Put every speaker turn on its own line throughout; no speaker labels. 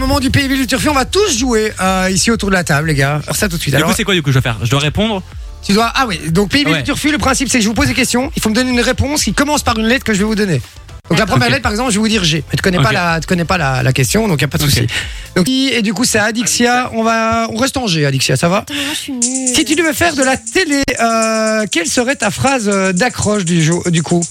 moment du PV du Turfu. On va tous jouer euh, ici autour de la table, les gars. Alors ça tout de suite.
Du
Alors,
coup, c'est quoi du coup que je dois faire Je dois répondre
tu dois. Ah oui, donc PV
Ouais.
du Turfu, le principe c'est que je vous pose des questions. Il faut me donner une réponse qui commence par une lettre que je vais vous donner. Donc la première
Ok.
lettre, par exemple, je vais vous dire G. Mais tu connais pas
Ok.
la, tu connais pas la, la question, donc il y a pas de
Ok.
souci. Donc I, et du coup c'est Adixia. On va, on reste en G, Adixia, ça va
Attends, mais moi, je suis nulle.
Si tu devais faire de la télé, euh, quelle serait ta phrase euh, d'accroche du, jo- du coup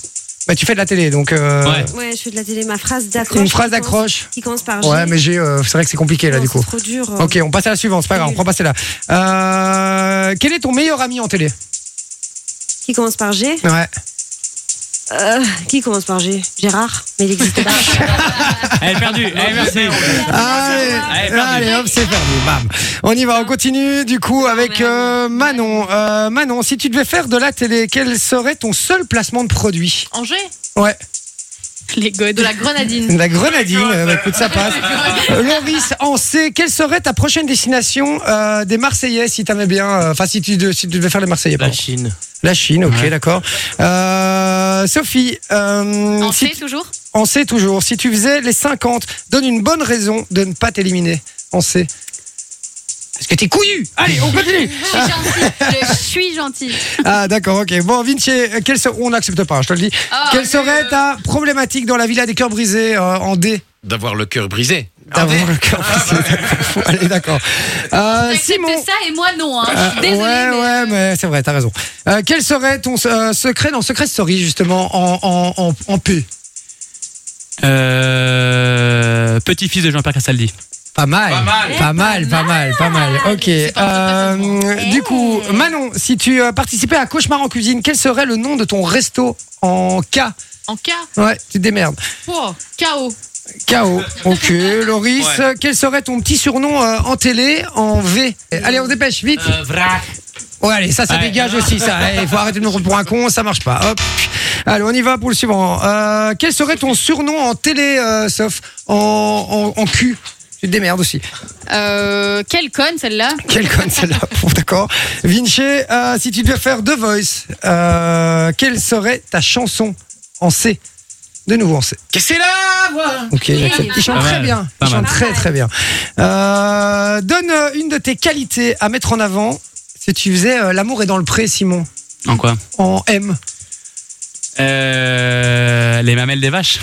Bah tu fais de la télé, donc euh,
Ouais.
Ouais, je fais de la télé. Ma phrase d'accroche.
une
qui
phrase
commence-
d'accroche.
Qui commence par G.
Ouais, mais G, euh, c'est vrai que c'est compliqué là
Non,
du coup.
C'est trop dur. euh.
Ok, on passe à la suivante, c'est pas grave, on prend pas celle-là. Euh, quel est ton meilleur ami en télé
Qui commence par G.
Ouais.
Euh, qui commence par G Gérard. Mais il n'existe pas.
Elle est perdue. Allez, merci.
Allez,
Allez,
allez,
perdu.
hop, c'est perdu. Bam. On y va, on continue du coup
Ah,
avec euh, Manon. Euh, Manon, si tu devais faire de la télé, quel serait ton seul placement de produit
Angers
Ouais,
Les godes. De la grenadine.
la grenadine, euh, bah, écoute, ça passe. Euh, Loris, en C, quelle serait ta prochaine destination euh, des Marseillais si t'aimais bien euh, Enfin, si, tu de- si tu devais faire les Marseillais,
La
pardon.
Chine.
La Chine, ok,
Ouais.
d'accord. Euh, Sophie, euh,
En
si
C, toujours
En C toujours. Si tu faisais les 50, donne une bonne raison de ne pas t'éliminer. En C. Parce que t'es couillu Allez, on continue
Je suis gentille. Je suis gentille.
Ah d'accord, ok. Bon, Vinci, euh, quelle se- on n'accepte pas, je te le dis.
Ah,
quelle
le-
serait ta problématique dans la villa des cœurs brisés euh, en D
D'avoir le cœur brisé.
D'avoir le cœur brisé. Faut- Allez, d'accord. Euh,
Ah, T'acceptes
Simon.
ça et moi non. Hein. Je
Euh,
suis désolée.
ouais,
mais-
ouais, mais c'est vrai, t'as raison. Euh, quel serait ton euh, secret dans Secret Story, justement, en, en, en, en P
Euh, Petit-fils de Jean-Pierre Castaldi.
Pas mal. Pas mal. Pas mal, pas mal, pas mal. Ok.
pas
euh, du coup, Manon, si tu euh, participais à Cauchemar en cuisine, quel serait le nom de ton resto en K
En cas,
Ouais, tu te démerdes.
oh, KO.
KO. Ok. Loris, euh, quel serait ton petit surnom euh, en télé en V Allez, on se dépêche, vite.
vrac.
Ouais, allez, ça, ça
Euh. Ouais.
dégage aussi, ça. Il faut arrêter de nous prendre pour un con, ça marche pas. Hop. Allez, on y va pour le suivant. Euh, quel serait ton surnom en télé, euh, sauf en, en, en Q Tu te démerdes aussi.
Euh, quelle conne celle-là
Quelle conne celle-là, Bon, d'accord. Vinci, euh, si tu devais faire The Voice, euh, quelle serait ta chanson en C De nouveau en C.
Qu'est-ce que c'est là moi
Ok, j'accepte. Il chante
Pas
très
mal,
bien.
pas
Il chante
mal.
très très bien. Euh, donne euh, une de tes qualités à mettre en avant si tu faisais euh, L'amour est dans le pré, Simon,
En quoi
en M.
euh, Les mamelles des vaches.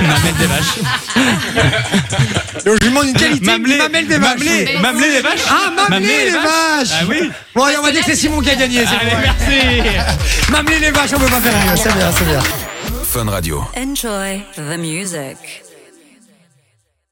Les mamelles des vaches.
Donc, je lui demande une qualité.
Mamelé.
Mamelle des vaches.
Mamelé.
oui.
Mamelé des vaches.
Ah,
Mamelé
Mamelé les
les
vaches
Ah oui.
Bon, allez, on va dire que c'est Simon qui a gagné. c'est
Allez,
bon.
merci.
Mamelé les vaches, on peut pas faire mieux. C'est bien, c'est bien.
Enjoy the music.